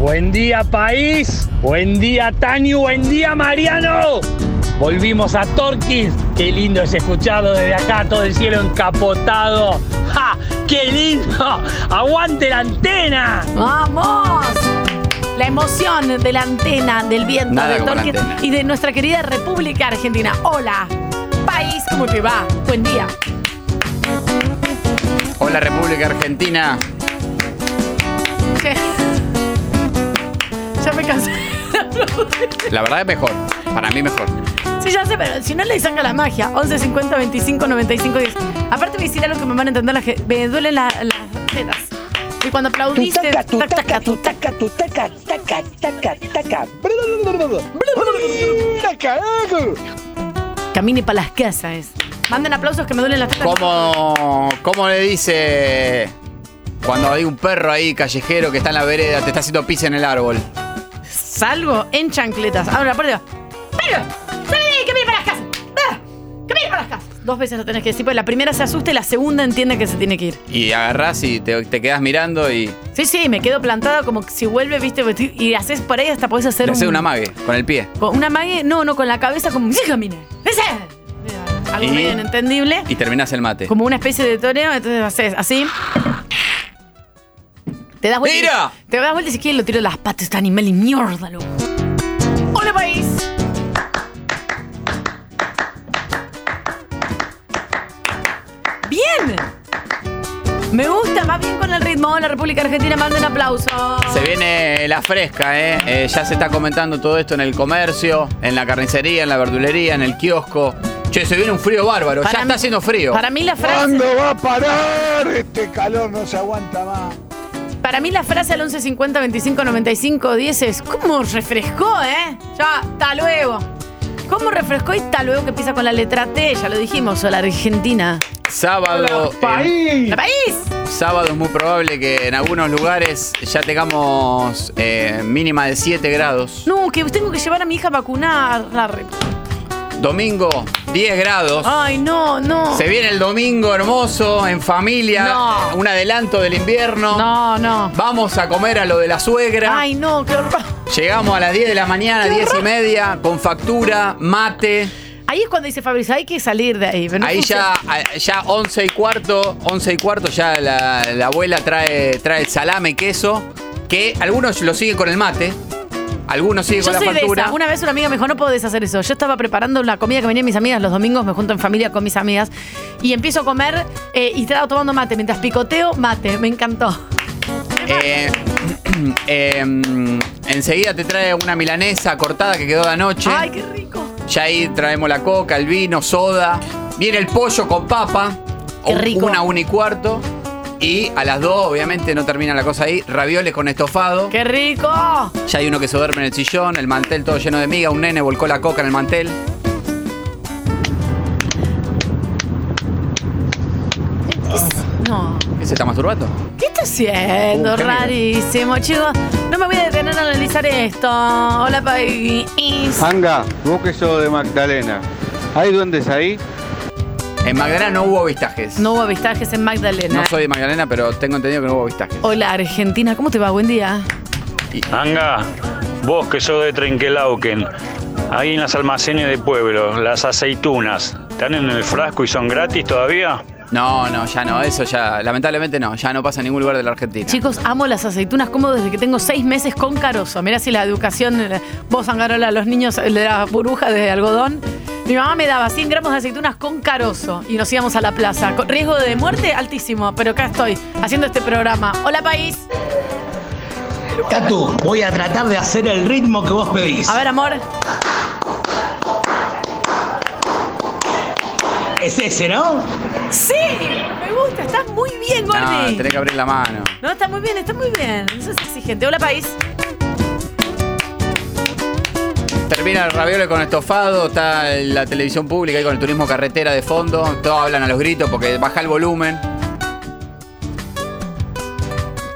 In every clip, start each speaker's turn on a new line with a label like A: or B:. A: Buen día país, buen día Tani, buen día Mariano. Volvimos a Torquins, qué lindo es escucharlo desde acá, todo el cielo encapotado. ¡Ja! ¡Qué lindo! ¡Aguante la antena!
B: ¡Vamos! La emoción de la antena, del viento,
C: Nada
B: de
C: como la
B: Torquín
C: antena.
B: y de nuestra querida República Argentina. Hola, país, ¿cómo te va? Buen día.
C: Hola República Argentina.
B: Che. Ya me cansé.
C: La verdad es mejor. Para mí mejor.
B: Sí, ya sé, pero si no le saca la magia. 11 50 25 95 10. Aparte, me hiciste algo que me van a entender las que. Me duelen la- las tetas. Y cuando aplaudiste.
D: Tutaca,
B: tac,
D: tutaca,
B: tac, tac.
D: tutaca, tutaca, taca, taca, taca. Taca, eh.
B: Camine para las casas. es. Manden aplausos que me duelen las tetas.
C: ¿Cómo, ¿Cómo le dice cuando hay un perro ahí callejero que está en la vereda, te está haciendo pis en el árbol?
B: Salgo en chancletas. Ahora, por Dios. ¡Pero! ¡Sale de ahí! ¡Que mire para las casas! ¡Ah! ¡Que mire para las casas! Dos veces lo tenés que decir, porque la primera se asusta y la segunda entiende que se tiene que ir.
C: Y agarrás y te, te quedás mirando y
B: Sí, sí, me quedo plantada como que si vuelve, viste, y haces por ahí hasta podés hacer
C: le haces
B: un-
C: un amague con el pie.
B: Con una mague, no, no, con la cabeza como, sí, camina. Ese". Mira, Algo
C: ¿Y?
B: medio inentendible.
C: Y terminás el mate.
B: Como una especie de toreo, entonces haces así. Te das vuelta. y-
C: ¡Tira!
B: Te das vuelta y si quieres lo tiro de las patas, este animal y mierda, loco. ¡Hola, país! ¡Bien! Me gusta, va bien con el ritmo. La República Argentina manda un aplauso.
C: Se viene la fresca, ¿eh? Eh, Ya se está comentando todo esto en el comercio, en la carnicería, en la verdulería, en el kiosco. Che, se viene un frío bárbaro.
B: Para
C: ya
B: mí-
C: está haciendo frío.
B: Para mí la frase.
D: ¿Cuándo va a parar? Este calor no se aguanta más.
B: Para mí la frase al 1150 25 95 10 es ¿Cómo refrescó, eh? Ya, hasta luego. ¿Cómo refrescó y hasta luego que empieza con la letra T? Ya lo dijimos, o la Argentina.
C: Sábado. en-
B: ¡La país!
C: Sábado es muy probable que en algunos lugares ya tengamos eh, mínima de 7 grados.
B: No, que tengo que llevar a mi hija a vacunar. la re-
C: Domingo, 10 grados.
B: Ay, no, no.
C: Se viene el domingo hermoso, en familia.
B: No.
C: Un adelanto del invierno.
B: No, no.
C: Vamos a comer a lo de la suegra.
B: Ay, no, qué horror.
C: Llegamos a las 10 de la mañana, 10 y media, con factura, mate.
B: Ahí es cuando dice Fabrizio, hay que salir de ahí. pero no
C: Ahí ya, ah, ya 11 y cuarto, 11 y cuarto ya la, la abuela trae, trae el salame, queso, que algunos lo siguen con el mate, algunos siguen
B: Yo
C: con la
B: soy de
C: factura.
B: esa. Una vez una amiga me dijo, no puedo deshacer eso. Yo estaba preparando la comida que venían mis amigas los domingos, me junto en familia con mis amigas y empiezo a comer eh, y estaba tomando mate. Mientras picoteo, mate. Me encantó.
C: Eh, eh, enseguida te trae una milanesa cortada que quedó de anoche.
B: Ay, qué rico.
C: Ya ahí traemos la coca, el vino, soda. Viene el pollo con papa.
B: Qué
C: un-
B: rico.
C: Una, una y cuarto. Y a las dos, obviamente, no termina la cosa ahí. Ravioles con estofado.
B: Qué rico.
C: Ya hay uno que se duerme en el sillón, el mantel todo lleno de miga, un nene volcó la coca en el mantel.
B: No.
C: ¿Qué se está masturbando?
B: ¿Qué está haciendo?
C: Uh, qué
B: Rarísimo, chicos. No me voy a detener a analizar esto. Hola, país.
C: Ah.
E: Anga, vos que sos de Magdalena, ¿hay duendes ahí?
C: En Magdalena no hubo vistajes.
B: No hubo avistajes en Magdalena.
C: No soy de Magdalena, pero tengo entendido que no hubo vistajes.
B: Hola, Argentina. ¿Cómo te va? Buen día.
F: Anga, vos que sos de Trenquelauquen, ahí en las almacenes de pueblo, las aceitunas, ¿están en el frasco y son gratis todavía?
C: No, no, ya no, eso ya, lamentablemente no, ya no pasa en ningún lugar de la Argentina.
B: Chicos, amo las aceitunas como desde que tengo seis meses con carozo. Mirá si la educación, la- vos Angarola, a los niños le daba burbuja de algodón. Mi mamá me daba 100 gramos de aceitunas con carozo y nos íbamos a la plaza. Con riesgo de muerte altísimo, pero acá estoy haciendo este programa. Hola país.
G: Tatu, voy a tratar de hacer el ritmo que vos pedís.
B: A ver, amor.
G: Es ese, ¿no?
B: Sí, me gusta, estás muy bien,
C: no,
B: Gordi.
C: tenés que abrir la mano.
B: No, está muy bien, está muy bien. Eso es exigente. Hola país.
C: Termina el raviole con estofado, está la televisión pública ahí con el turismo carretera de fondo, todos hablan a los gritos porque baja el volumen.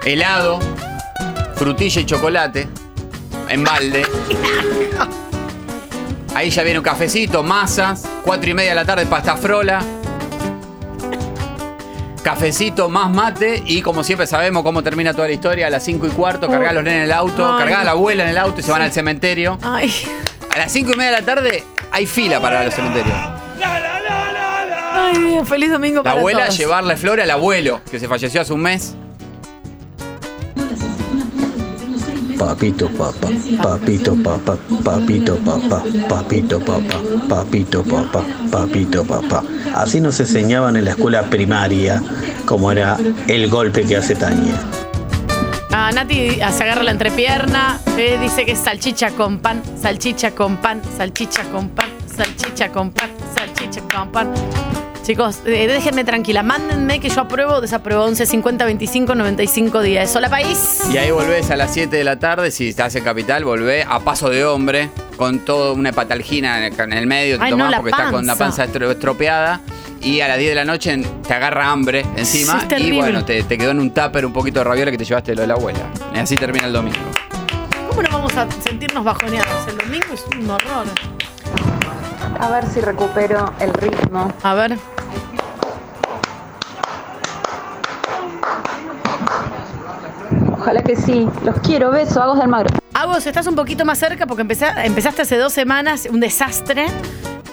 C: Helado, frutilla y chocolate, en balde. Ahí ya viene un cafecito, masas, cuatro y media de la tarde, pasta frola. Cafecito más mate y como siempre sabemos cómo termina toda la historia, a las 5 y cuarto, cargá a los nenes en el auto,
B: Ay.
C: cargá a la abuela en el auto y se van al cementerio.
B: Ay.
C: A las 5 y media de la tarde hay fila para los cementerios.
B: Ay, Dios, feliz domingo
C: La
B: para
C: abuela
B: todos.
C: llevarle flores al abuelo, que se falleció hace un mes.
H: Papito papá, papito papá, papito papá, papito papá, papito papá, papito papá. Así nos enseñaban en la escuela primaria cómo era el golpe que hace Tania.
B: Ah, Nati ah, se agarra la entrepierna, eh, dice que es salchicha con pan, salchicha con pan, salchicha con pan, salchicha con pan, salchicha con pan. Chicos, eh, déjenme tranquila, mándenme que yo apruebo o desapruebo 11 50 25 95 días. Hola país.
C: Y ahí volvés a las 7 de la tarde, si estás en Capital, volvés a paso de hombre, con toda una patalgina en el- en el medio, te
B: Ay,
C: tomás
B: no, la
C: porque estás con la
B: panza.
C: panza estro- estropeada. Y a las 10 de la noche en- te agarra hambre encima.
B: Sí, es terrible.
C: y bueno, te, te quedó en un tupper un poquito de raviola que te llevaste de lo de la abuela. Y así termina el domingo.
B: ¿Cómo no vamos a sentirnos bajoneados? El domingo es un horror.
I: A ver si recupero el ritmo.
B: A ver.
I: Ojalá que sí. Los quiero. Beso. Agos del Magro.
B: Agos, estás un poquito más cerca porque empecé- empezaste hace dos semanas, un desastre.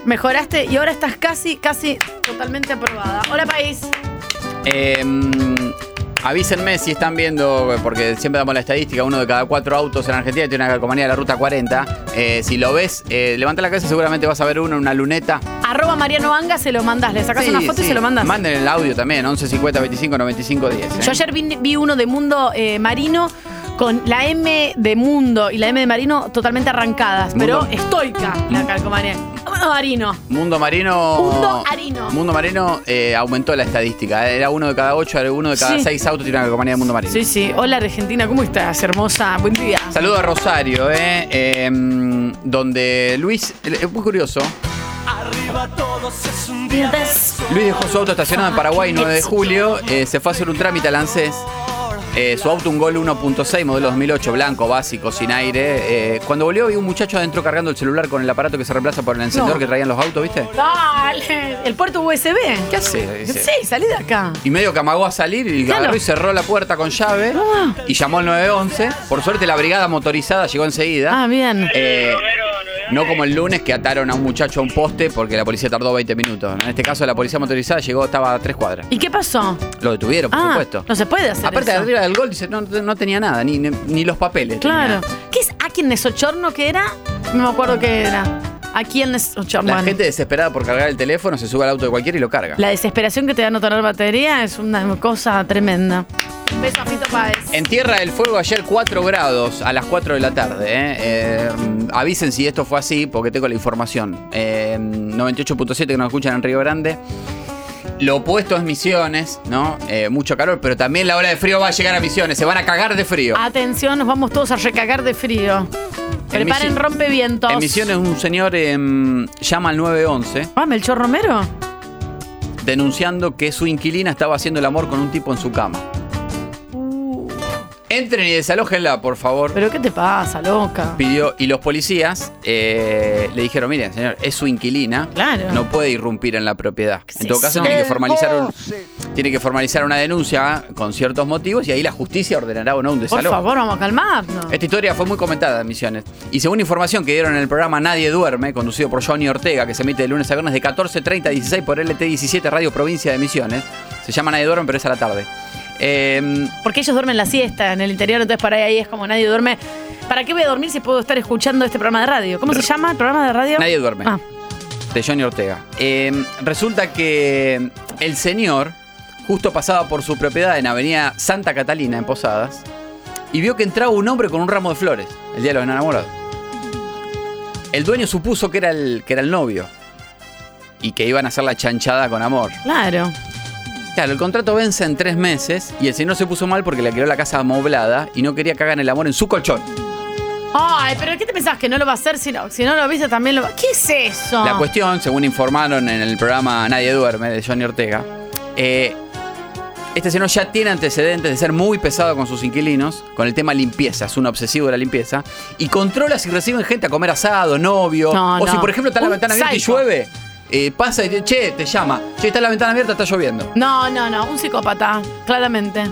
B: Mejoraste y ahora estás casi, casi totalmente aprobada. Hola país.
C: Eh, avísenme si están viendo, porque siempre damos la estadística, uno de cada cuatro autos en Argentina tiene una calcomanía de la Ruta 40. Eh, si lo ves, eh, levanta la cabeza, seguramente vas a ver uno, en una luneta.
B: Arroba Mariano Anga, se lo mandás. Le sacás
C: Sí,
B: una foto y
C: sí.
B: se lo mandás.
C: Manden el audio también, 11 50 25 95 10. ¿eh?
B: Yo ayer vi, vi uno de Mundo eh, Marino con la M de Mundo y la M de Marino totalmente arrancadas,
C: Mundo.
B: pero estoica la calcomanía. Mundo Marino.
C: Mundo Marino.
B: Mundo Marino.
C: Mundo Marino eh, aumentó la estadística. eh. Era uno de cada ocho, era uno de cada
B: Sí.
C: seis autos tiene una calcomanía de Mundo Marino.
B: Sí, sí. Hola Argentina, ¿cómo estás? Hermosa, buen día.
C: Saludo a Rosario, eh, eh, donde Luis, eh, es muy curioso, Luis dejó su auto estacionado en Paraguay 9 de julio, eh, se fue a hacer un trámite al ANSES. Eh, su auto un Gol 1.6, modelo 2008, blanco, básico, sin aire. Eh, cuando volvió, vi un muchacho adentro cargando el celular con el aparato que se reemplaza por el encendedor
B: No.
C: que traían los autos, ¿viste?
B: Dale, el puerto USB.
C: ¿Qué hace? Dice.
B: Sí, salí de acá.
C: Y medio que amagó a salir y
B: Claro.
C: agarró y cerró la puerta con llave
B: Ah.
C: y llamó al 911. Por suerte la brigada motorizada llegó enseguida.
B: Ah, bien.
C: Eh, no como el lunes que ataron a un muchacho a un poste porque la policía tardó 20 minutos. En este caso la policía motorizada llegó, estaba a tres cuadras.
B: ¿Y qué pasó?
C: Lo detuvieron, por
B: ah,
C: supuesto.
B: no se puede hacer
C: Aparte de
B: eso.
C: arriba del gol dice, no, no tenía nada, ni, ni- ni los papeles. tenía
B: Claro.
C: nada.
B: ¿Qué es a quién es Ochorno que era? No me acuerdo qué era. ¿A quién es Ochorno?
C: La
B: Bueno.
C: gente desesperada por cargar el teléfono se sube al auto de cualquiera y lo carga.
B: La desesperación que te da no tener batería es una cosa tremenda. Un beso a Fito Páez.
C: En Tierra del Fuego ayer 4 grados a las 4 de la tarde. ¿eh? Eh, avisen si esto fue así porque tengo la información. Eh, 98.7 que nos escuchan en Río Grande. Lo opuesto es Misiones, ¿no? Eh, mucho calor, pero también la ola de frío va a llegar a Misiones. Se van a cagar de frío.
B: Atención, nos vamos todos a recagar de frío. Preparen
C: Misi-
B: rompevientos.
C: En Misiones un señor em, llama al 911
B: Ah, Melchor Romero.
C: denunciando que su inquilina estaba haciendo el amor con un tipo en su cama.
B: Uh.
C: Entren y desalójenla, por favor.
B: ¿Pero qué te pasa, loca?
C: pidió y los policías eh, le dijeron, miren, señor, es su inquilina,
B: Claro.
C: no puede irrumpir en la propiedad.
B: ¿Qué es
C: En todo caso
B: eso?
C: tiene que formalizar un-
D: Doce.
C: tiene que formalizar una denuncia con ciertos motivos y ahí la justicia ordenará o no un
B: Por
C: desalojo.
B: favor, vamos a calmarnos.
C: Esta historia fue muy comentada en Misiones. Y según información que dieron en el programa Nadie Duerme, conducido por Johnny Ortega, que se emite de lunes a viernes de 14.30 a 16 por LT17 Radio Provincia de Misiones. Se llama Nadie Duerme, pero es a la tarde. Eh,
B: Porque ellos duermen la siesta en el interior, entonces para ahí es como nadie duerme. ¿Para qué voy a dormir si puedo estar escuchando este programa de radio? ¿Cómo se llama el programa de radio?
C: Nadie Duerme.
B: Ah,
C: de Johnny Ortega. Eh, resulta que el señor justo pasaba por su propiedad en Avenida Santa Catalina, en Posadas, y vio que entraba un hombre con un ramo de flores, el día de los enamorados. El dueño supuso que era el, que era el novio y que iban a hacer la chanchada con amor.
B: claro.
C: Claro, el contrato vence en tres meses y el señor se puso mal porque le creó la casa amoblada y no quería que hagan el amor en su colchón.
B: Ay, pero ¿qué te pensás que no lo va a hacer si no, si no lo viste también lo va ¿Qué es eso?
C: La cuestión, según informaron en el programa Nadie Duerme de Johnny Ortega, eh, este señor ya tiene antecedentes de ser muy pesado con sus inquilinos, con el tema limpieza, es un obsesivo de la limpieza, y controla si reciben gente a comer asado, novio,
B: No,
C: o si
B: no.
C: por ejemplo está la
B: Un
C: ventana abierta y
B: psycho.
C: llueve. eh, pasa y dice, che, te llama. Che, está la ventana abierta, está lloviendo.
B: No, no, no, un psicópata, claramente.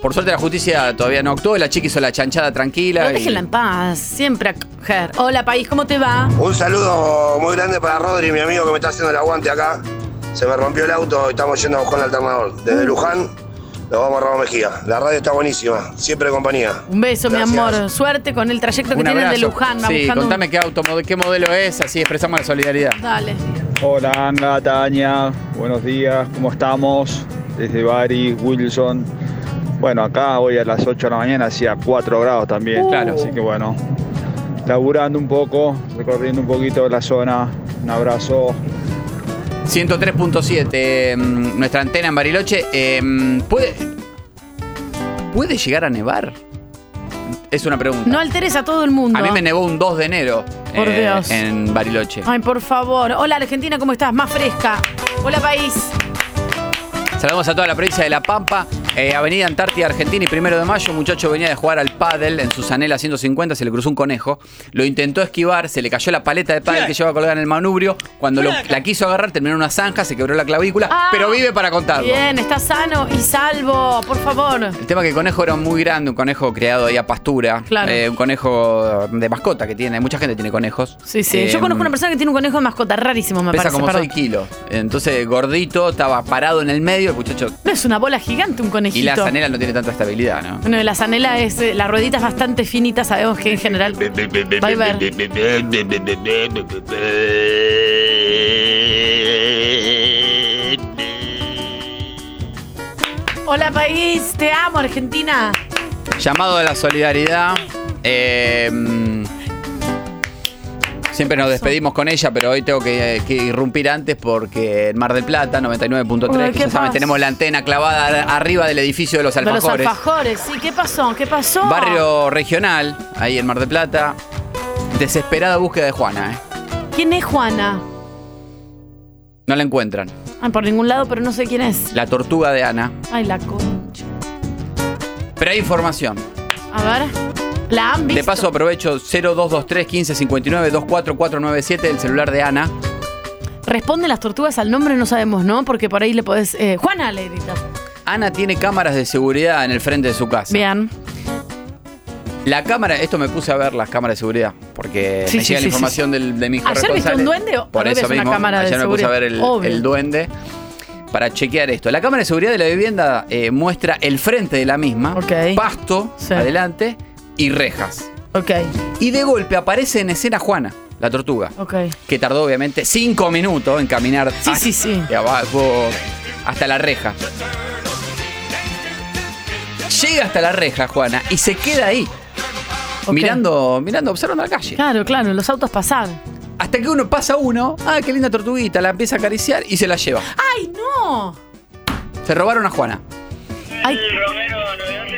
C: Por suerte la justicia todavía no actuó y la chica hizo la chanchada tranquila.
B: Pero
C: y-
B: déjenla en paz, siempre a coger. Hola, país, ¿cómo te va?
J: Un saludo muy grande para Rodri, mi amigo que me está haciendo el aguante acá. Se me rompió el auto y estamos yendo a buscar el alternador.
D: Mm.
J: Desde Luján, lo vamos a Ramón Mejía. La radio está buenísima, siempre compañía.
B: Un beso, mi
J: Gracias.
B: amor. Suerte con el trayecto que
C: Un
B: tienen de
C: abrazo.
B: Luján. va
C: Sí,
B: buscando un-
C: contame qué auto, qué modelo es, así expresamos la solidaridad.
B: Dale.
K: Hola Anga, Tania, buenos días, ¿cómo estamos? Desde Bari, Wilson. Bueno, acá hoy a las 8 de la mañana hacía 4 grados también.
C: Claro.
K: Así que bueno, laburando un poco, recorriendo un poquito la zona. Un abrazo.
C: 103.7, eh, mm, nuestra antena en Bariloche. eh, mm, ¿puede, ¿Puede llegar a nevar? Es una pregunta.
B: No alteres a todo el mundo.
C: A mí me nevó un 2 de enero eh,
B: Por Dios. Ah.
C: en Bariloche.
B: Ay, por favor. Hola, Argentina, ¿cómo estás? Más fresca. Hola, país.
C: Saludamos a toda la provincia de La Pampa, eh, Avenida Antártida Argentina y primero de mayo. Un muchacho venía de jugar al pádel en Susanela 150, se le cruzó un conejo. Lo intentó esquivar, se le cayó la paleta de pádel que llevaba colgada en el manubrio. Cuando lo- la quiso agarrar, terminó en una zanja, se quebró la clavícula,
B: Ah,
C: pero vive para contarlo.
B: Bien, está sano y salvo, por favor.
C: El tema es que el conejo era muy grande, un conejo criado ahí a pastura.
B: Claro.
C: Eh, un conejo de mascota que tiene, mucha gente tiene conejos.
B: Sí, sí. Yo
C: Eh,
B: conozco una persona que tiene un conejo de mascota rarísimo, me
C: Pesa
B: parece.
C: como
B: perdón.
C: 6 kilos. Entonces, gordito, estaba parado en el medio, el muchacho.
B: No es una bola gigante un conejito.
C: Y la zanela no tiene tanta estabilidad, ¿no?
B: Bueno, la zanela es. eh, La ruedita es bastante finita, sabemos que en general. Va a ver. Hola, país. Te amo, Argentina.
C: Llamado de la solidaridad. eh, mm, siempre nos despedimos con ella, pero hoy tengo que, que irrumpir antes porque en Mar del Plata,
B: Uy,
C: 99.3, que
B: ¿qué
C: ya saben,
B: pasa?
C: tenemos la antena clavada a- arriba del edificio de los
B: De los
C: alfajores.
B: alfajores. Sí, ¿qué pasó? ¿Qué pasó?
C: Barrio regional, ahí en Mar del Plata. Desesperada búsqueda de Juana, ¿eh?
B: ¿Quién es Juana?
C: No la encuentran.
B: Ay, por ningún lado, pero no sé quién es.
C: La tortuga de Ana.
B: Ay, la concha.
C: Pero hay información.
B: A ver. La han visto.
C: De paso aprovecho 0223 1559 24497, el celular de Ana.
B: Responden las tortugas al nombre, no sabemos, ¿no? Porque por ahí le podés. eh, Juana le gritas.
C: Ana tiene cámaras de seguridad en el frente de su casa.
B: Bien.
C: La cámara, esto me puse a ver las cámaras de seguridad, porque
B: Sí,
C: me
B: sí,
C: llega
B: sí,
C: la información del- de mis
B: ¿Ayer viste un
C: corresponsales.
B: duende o
C: Por
B: hoy
C: eso
B: ves una
C: mismo,
B: cámara de
C: ayer me puse a ver el,
B: seguridad? Obvio.
C: el duende para chequear esto. La cámara de seguridad de la vivienda eh, muestra el frente de la misma, pasto adelante y rejas.
B: Ok,
C: Y de golpe aparece en escena Juana, la tortuga,
B: ok.
C: que tardó obviamente cinco minutos en caminar
B: Sí, sí, sí.
C: de abajo hasta la reja. Llega hasta la reja, Juana, y se queda ahí.
B: Ok.
C: Mirando, mirando, observando la calle.
B: Claro, claro, los autos pasaron.
C: Hasta que uno pasa uno, ah, qué linda tortuguita, la empieza a acariciar y se la lleva.
B: ¡Ay, no!
C: Se robaron a Juana.
B: Ay,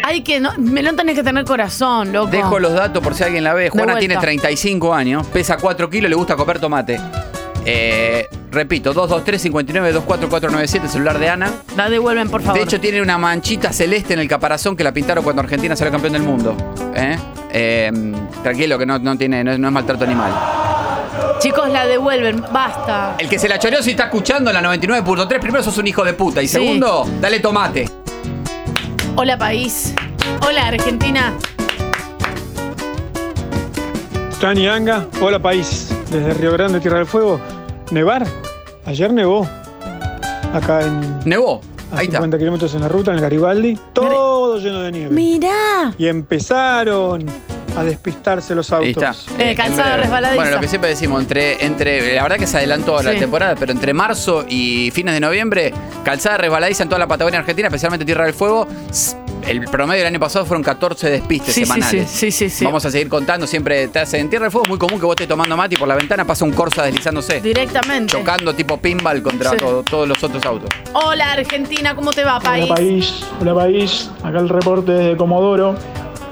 B: ay, que no. Melón tenés que tener corazón, loco.
C: Dejo los datos por si alguien la ve. Juana
B: vuelta.
C: tiene 35 años, pesa 4 kilos, le gusta comer tomate. Eh, repito, 223-59-24497, celular de Ana.
B: La devuelven, por favor.
C: De hecho, tiene una manchita celeste en el caparazón que la pintaron cuando Argentina salió campeón del mundo. ¿Eh? Eh, tranquilo, que no, no tiene, no, es- no es maltrato animal.
B: Chicos, la devuelven, basta.
C: El que se la choreó si está escuchando en la 99.3, primero sos un hijo de puta. Y
B: Sí.
C: segundo, dale tomate.
B: Hola, país. Hola, Argentina.
L: Tani Anga, hola país, desde Río Grande, Tierra del Fuego. Nevar, ayer nevó, acá en...
C: Nevó,
L: a 50 kilómetros en la ruta, en el Garibaldi, todo lleno de nieve.
B: Mirá.
L: Y empezaron a despistarse los autos.
C: Ahí está.
B: Eh, calzado
C: en breve.
B: resbaladiza.
C: Bueno, lo que siempre decimos, entre, entre la verdad que se adelantó la
B: Sí.
C: temporada, pero entre marzo y fines de noviembre, calzada resbaladiza en toda la Patagonia Argentina, especialmente Tierra del Fuego. S- El promedio del año pasado fueron 14 despistes
B: Sí, sí,
C: semanales.
B: sí, sí, sí, sí.
C: Vamos a seguir contando, siempre te hace- en Tierra del Fuego es muy común que vos estés tomando mate y por la ventana pasa un Corsa deslizándose.
B: Directamente.
C: Chocando tipo pinball contra
B: Sí.
C: todo- todos los otros autos.
B: Hola, Argentina, ¿cómo te va, país?
L: Hola país, hola país, acá el reporte desde Comodoro,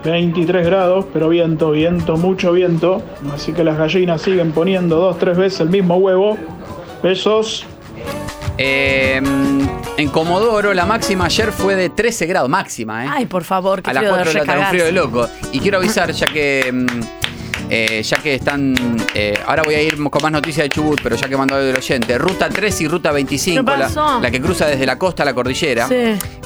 L: 23 grados, pero viento, viento, mucho viento, así que las gallinas siguen poniendo dos, tres veces el mismo huevo. Besos.
C: Eh, en Comodoro la máxima ayer fue de 13 grados, máxima, ¿eh?
B: Ay, por favor, que
C: a las 4 de la tarde, un frío de loco. Y quiero avisar, ya que mm, eh, ya que están. eh, ahora voy a ir con más noticias de Chubut, pero ya que mandó el oyente. Ruta 3 y ruta 25,
B: ¿Qué
C: la,
B: pasó?
C: la que cruza desde la costa a la cordillera.
B: Sí.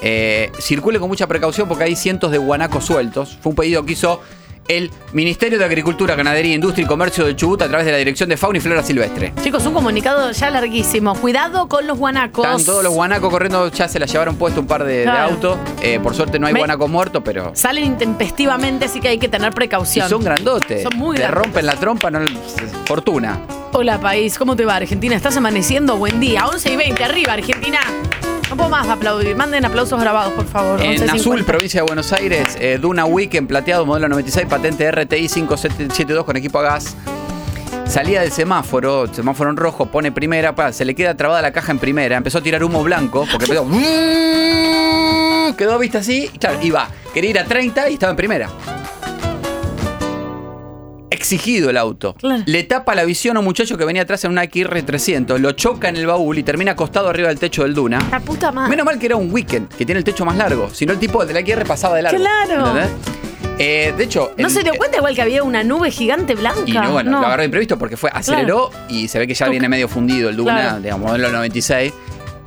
C: Eh, circule con mucha precaución porque hay cientos de guanacos sueltos. Fue un pedido que hizo el Ministerio de Agricultura, Ganadería, Industria y Comercio de Chubut a través de la Dirección de Fauna y Flora Silvestre.
B: Chicos, un comunicado ya larguísimo. Cuidado con los guanacos.
C: Están todos los guanacos corriendo, ya se la llevaron puesto un par de, de
B: Claro.
C: autos. Eh, por suerte no hay
B: Me-
C: guanaco muerto, pero.
B: Salen intempestivamente, así que hay que tener
C: Y
B: precaución.
C: son grandotes.
B: Son muy
C: Te
B: grandes.
C: rompen la trompa, no. Fortuna.
B: Hola, país. ¿Cómo te va, Argentina? ¿Estás amaneciendo? Buen día. 11 y 20. Arriba, Argentina. No puedo más aplaudir. Manden aplausos grabados, por favor.
C: En
B: 11:50.
C: Azul, provincia de Buenos Aires, eh, Duna Week en plateado, modelo 96, patente RTI 5772 con equipo a gas. Salía del semáforo, semáforo en rojo, pone primera, pa, se le queda trabada la caja en primera, empezó a tirar humo blanco, porque empezó- quedó vista así, y claro, iba, quería ir a 30 y estaba en primera. Exigido el auto. Le tapa la visión a un muchacho que venía atrás en una XR300, lo choca en el baúl y termina acostado arriba del techo del Duna.
B: La puta madre.
C: Menos mal que era un weekend, que tiene el techo más largo. Si no, el tipo de la QR pasaba de largo.
B: Claro.
C: ¿entendés? Eh, de hecho.
B: ¿No
C: el-
B: se dio cuenta igual que había una nube gigante blanca?
C: Y no, bueno, lo agarró de imprevisto porque fue, aceleró y se ve que ya viene medio fundido el Duna,
B: Claro.
C: digamos, modelo 96.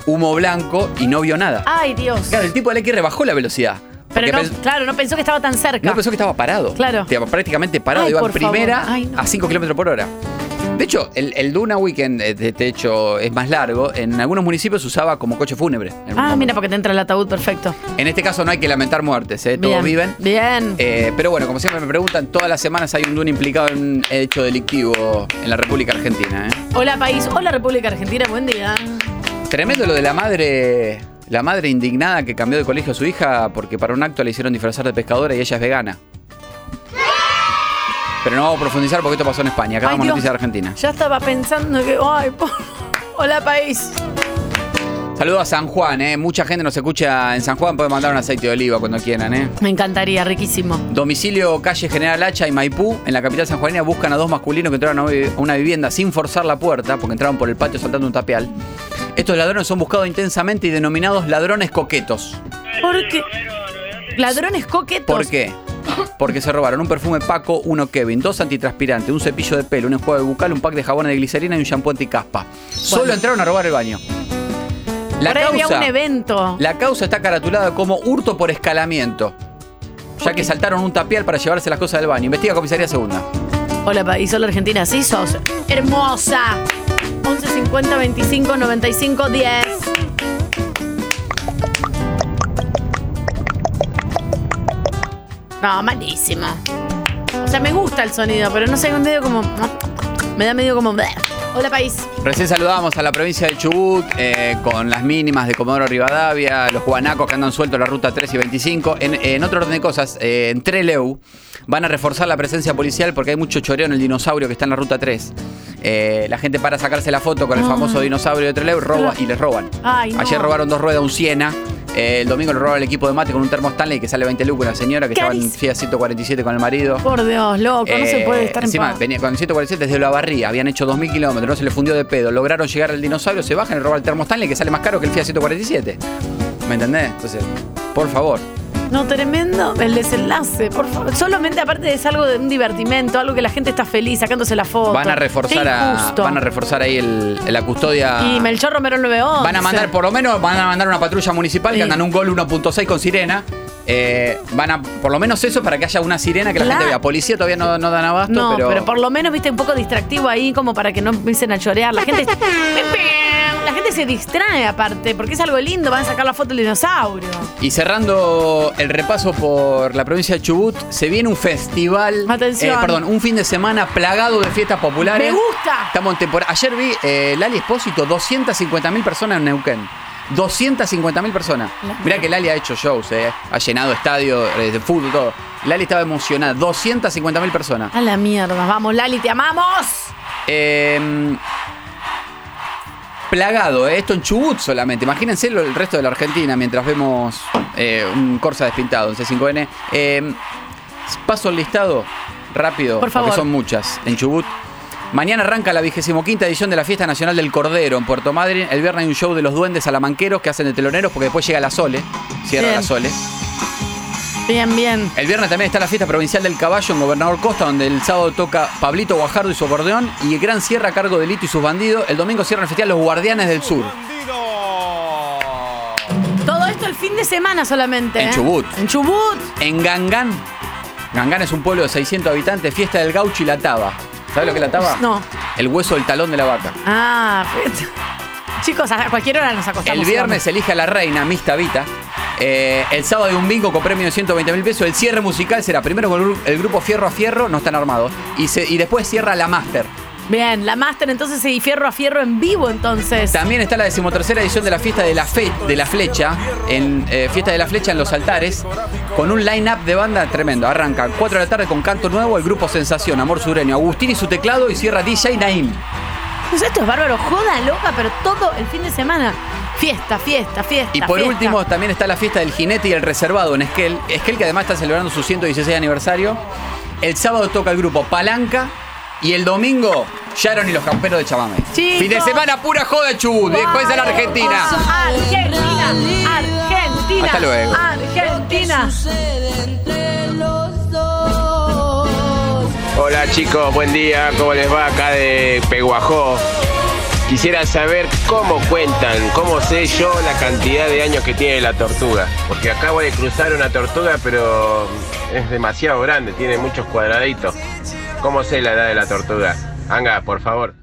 C: Humo blanco y no vio nada.
B: Ay, Dios.
C: Claro, el tipo de la XR bajó la velocidad. porque
B: Ah. Pero no,
C: pens-
B: claro, no pensó que estaba tan cerca.
C: no pensó que estaba parado.
B: Claro.
C: Estaba prácticamente parado,
B: Ay,
C: iba en
B: por favor.
C: primera
B: Ay, no.
C: a 5 kilómetros por hora. De hecho, el, el Duna Weekend, eh, de techo, es más largo. En algunos municipios se usaba como coche fúnebre. En-
B: Ah, mira, porque te entra el ataúd perfecto.
C: En este caso no hay que lamentar muertes, ¿eh? todos
B: Bien.
C: viven.
B: Bien.
C: Eh, pero bueno, como siempre me preguntan, todas las semanas hay un Duna implicado en un hecho delictivo en la República Argentina. ¿eh?
B: Hola, país. Hola, República Argentina. Buen día.
C: Tremendo lo de la madre, la madre indignada que cambió de colegio a su hija porque para un acto le hicieron disfrazar de pescadora y ella es vegana. Pero no vamos a profundizar porque esto pasó en España. Acá
B: Ay,
C: vamos a
B: Dios.
C: noticias de Argentina.
B: Ya estaba pensando que. Ay, po- Hola, país.
C: Saludos a San Juan, ¿eh? Mucha gente nos escucha en San Juan. Pueden mandar un aceite de oliva cuando quieran, ¿eh?
B: Me encantaría, riquísimo.
C: Domicilio calle General Hacha y Maipú, en la capital sanjuanina, buscan a dos masculinos que entraron a una vi- a una vivienda sin forzar la puerta, porque entraron por el patio saltando un tapial. Estos ladrones son buscados intensamente y denominados ladrones coquetos.
B: ¿Por qué? Ladrones coquetos.
C: ¿Por qué? Porque se robaron un perfume Paco, uno Kevin, dos antitranspirantes, un cepillo de pelo, un enjuague bucal, un pack de jabones de glicerina y un shampoo anticaspa. Solo entraron a robar el baño. La
B: Por ahí había
C: causa-
B: un evento.
C: la causa está caratulada como hurto por escalamiento. Ya que saltaron un tapial para llevarse las cosas del baño. Investiga comisaría segunda.
B: Hola, país. Hola, Argentina. Sí, sos hermosa. 11 50 25 95 10. No, malísimo. O sea, me gusta el sonido, pero no sé, medio como. Me da medio como. Hola, país.
C: Recién saludamos a la provincia de Chubut eh, con las mínimas de Comodoro Rivadavia, los guanacos que andan sueltos en la ruta 3 y 25. En, en otro orden de cosas, eh, en Treleu van a reforzar la presencia policial porque hay mucho choreo en el dinosaurio que está en la ruta 3. Eh, la gente para sacarse la foto con el
B: Ah.
C: famoso dinosaurio de Treleu roba y les roban.
B: Ay, no.
C: Ayer robaron dos ruedas, un Siena. Eh, el domingo le robaron el equipo de mate con un termo Stanley que sale 20 lucas una señora que estaba en
B: Carísimo.
C: FIA 147 con el marido.
B: Por Dios, loco, no se
C: Eh,
B: puede estar en
C: encima,
B: paz.
C: venía con el 147 desde La Barría, habían hecho 2.000 kilómetros, no se le fundió de pedo, lograron llegar al dinosaurio, se bajan y roban el termo Stanley que sale más caro que el Fiat 147. ¿Me entendés? Entonces, por favor.
B: No, tremendo el desenlace, por favor. Solamente aparte es algo de un divertimento, algo que la gente está feliz sacándose la foto.
C: Van a reforzar
B: Qué
C: a,
B: injusto.
C: van a reforzar ahí el- la custodia.
B: Y Melchor Romero 911.
C: Ah. Van a mandar, por lo menos, van a mandar una patrulla municipal que andan un gol 1.6 con sirena. Eh, van a, por lo menos eso para que haya una sirena que la
B: Claro.
C: gente vea. Policía todavía no, no dan abasto,
B: No,
C: pero.
B: pero... por lo menos viste un poco distractivo ahí, como para que no empiecen a chorear. La gente, la gente se distrae aparte, porque es algo lindo. Van a sacar la foto del dinosaurio.
C: Y cerrando el repaso por la provincia de Chubut, se viene un festival. eh,
B: Atención.
C: perdón, un fin de semana plagado de fiestas
B: ¡Me
C: populares.
B: gusta!
C: Estamos en temporada. Ayer vi eh, Lali Espósito, 250.000 personas en Neuquén. 250.000 personas. Mirá que Lali ha hecho shows, eh, ha llenado estadios eh, de fútbol, todo. Lali estaba emocionada. 250.000 personas.
B: A la mierda. Vamos, Lali, te amamos.
C: Eh, plagado, eh, esto en Chubut solamente. Imagínense lo- el resto de la Argentina mientras vemos eh, un Corsa despintado en C5N. Eh, paso el listado rápido,
B: Por favor.
C: porque son muchas en Chubut. Mañana arranca la 25 edición de la Fiesta Nacional del Cordero en Puerto Madryn. El viernes hay un show de los duendes alamanqueros que hacen de teloneros porque después llega la Sole. Cierra
B: Bien.
C: la Sole.
B: Bien, bien.
C: El viernes también está la fiesta provincial del caballo en Gobernador Costa, donde el sábado toca Pablito Guajardo y su acordeón y el gran cierre a cargo de Lito y sus bandidos. El domingo cierran el festival Los Guardianes del Sur.
B: Todo esto el fin de semana solamente.
C: En
B: ¿eh?
C: Chubut.
B: En Chubut.
C: En Gangán. Gangán es un pueblo de 600 habitantes, fiesta del gaucho y la taba. ¿Sabes lo que es la taba?
B: No.
C: El hueso del talón de la vaca.
B: Ah, chicos, a cualquier hora nos acostamos.
C: El viernes
B: ¿sí?
C: elige a la reina, Mista Vita. Eh, el sábado hay un bingo con premio de 120 mil pesos. El cierre musical será primero con el gru- el grupo Fierro a Fierro, no están armados. Y, se- y después cierra la Master.
B: Bien, la máster entonces y fierro a fierro en vivo entonces.
C: También está la decimotercera edición de la fiesta de la, Fe- de la flecha, en eh, fiesta de la flecha en los altares, con un line-up de banda tremendo. Arranca 4 de la tarde con canto nuevo, el grupo Sensación, Amor Sureño, Agustín y su teclado y cierra DJ Naim.
B: Pues esto es bárbaro, joda loca, pero todo el fin de semana. Fiesta, fiesta, fiesta.
C: Y por
B: fiesta.
C: último también está la fiesta del jinete y el reservado en Esquel. Esquel que además está celebrando su 116 aniversario. El sábado toca el grupo Palanca y el domingo Sharon y los camperos de Chamame.
B: Chicos.
C: Fin de semana pura joda Chubut, después de la Argentina.
B: Argentina, Argentina.
C: Hasta luego.
B: Argentina.
M: Hola chicos, buen día, ¿cómo les va acá de Peguajó? Quisiera saber cómo cuentan, cómo sé yo la cantidad de años que tiene la tortuga. Porque acabo de cruzar una tortuga, pero es demasiado grande, tiene muchos cuadraditos. ¿Cómo sé la edad de la tortuga? Anga, por favor.